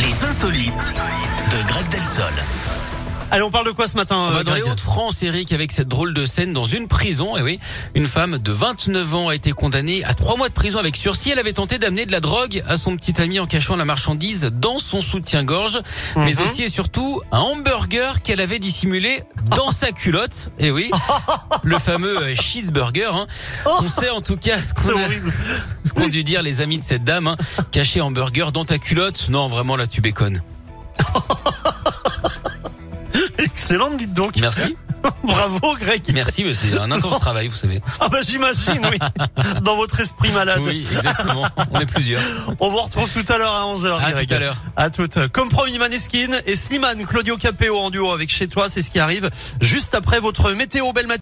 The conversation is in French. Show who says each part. Speaker 1: insolites de Greg Delsol.
Speaker 2: Allez, on parle de quoi ce matin
Speaker 3: On va
Speaker 2: euh,
Speaker 3: dans les
Speaker 2: Greg
Speaker 3: Hauts-de-France, Eric, avec cette drôle de scène dans une prison. Et oui, une femme de 29 ans a été condamnée à trois mois de prison avec sursis. Elle avait tenté d'amener de la drogue à son petit ami en cachant la marchandise dans son soutien-gorge,
Speaker 2: Mhm.
Speaker 3: mais aussi et surtout un hamburger qu'elle avait dissimulé dans sa culotte. Et oui, le fameux euh, cheeseburger. hein. On sait en tout cas ce
Speaker 2: Oh. C'est
Speaker 3: qu'on a-
Speaker 2: horrible.
Speaker 3: ce qu'ont dû dire les amis de cette dame. Hein. Cacher hamburger dans ta culotte, non, vraiment là tu béconnes.
Speaker 2: Excellente, dites donc.
Speaker 3: Merci,
Speaker 2: Bravo, Greg.
Speaker 3: merci, mais c'est un intense travail, vous savez.
Speaker 2: Ah bah j'imagine, oui. Dans votre esprit malade.
Speaker 3: Oui, exactement. On est plusieurs.
Speaker 2: On vous retrouve tout à l'heure à 11h.
Speaker 3: À tout à l'heure.
Speaker 2: À tout. Comme promis, Maneskin et Slimane, Claudio Capéo en duo avec Chez Toi, c'est ce qui arrive juste après votre météo. Belle matinée.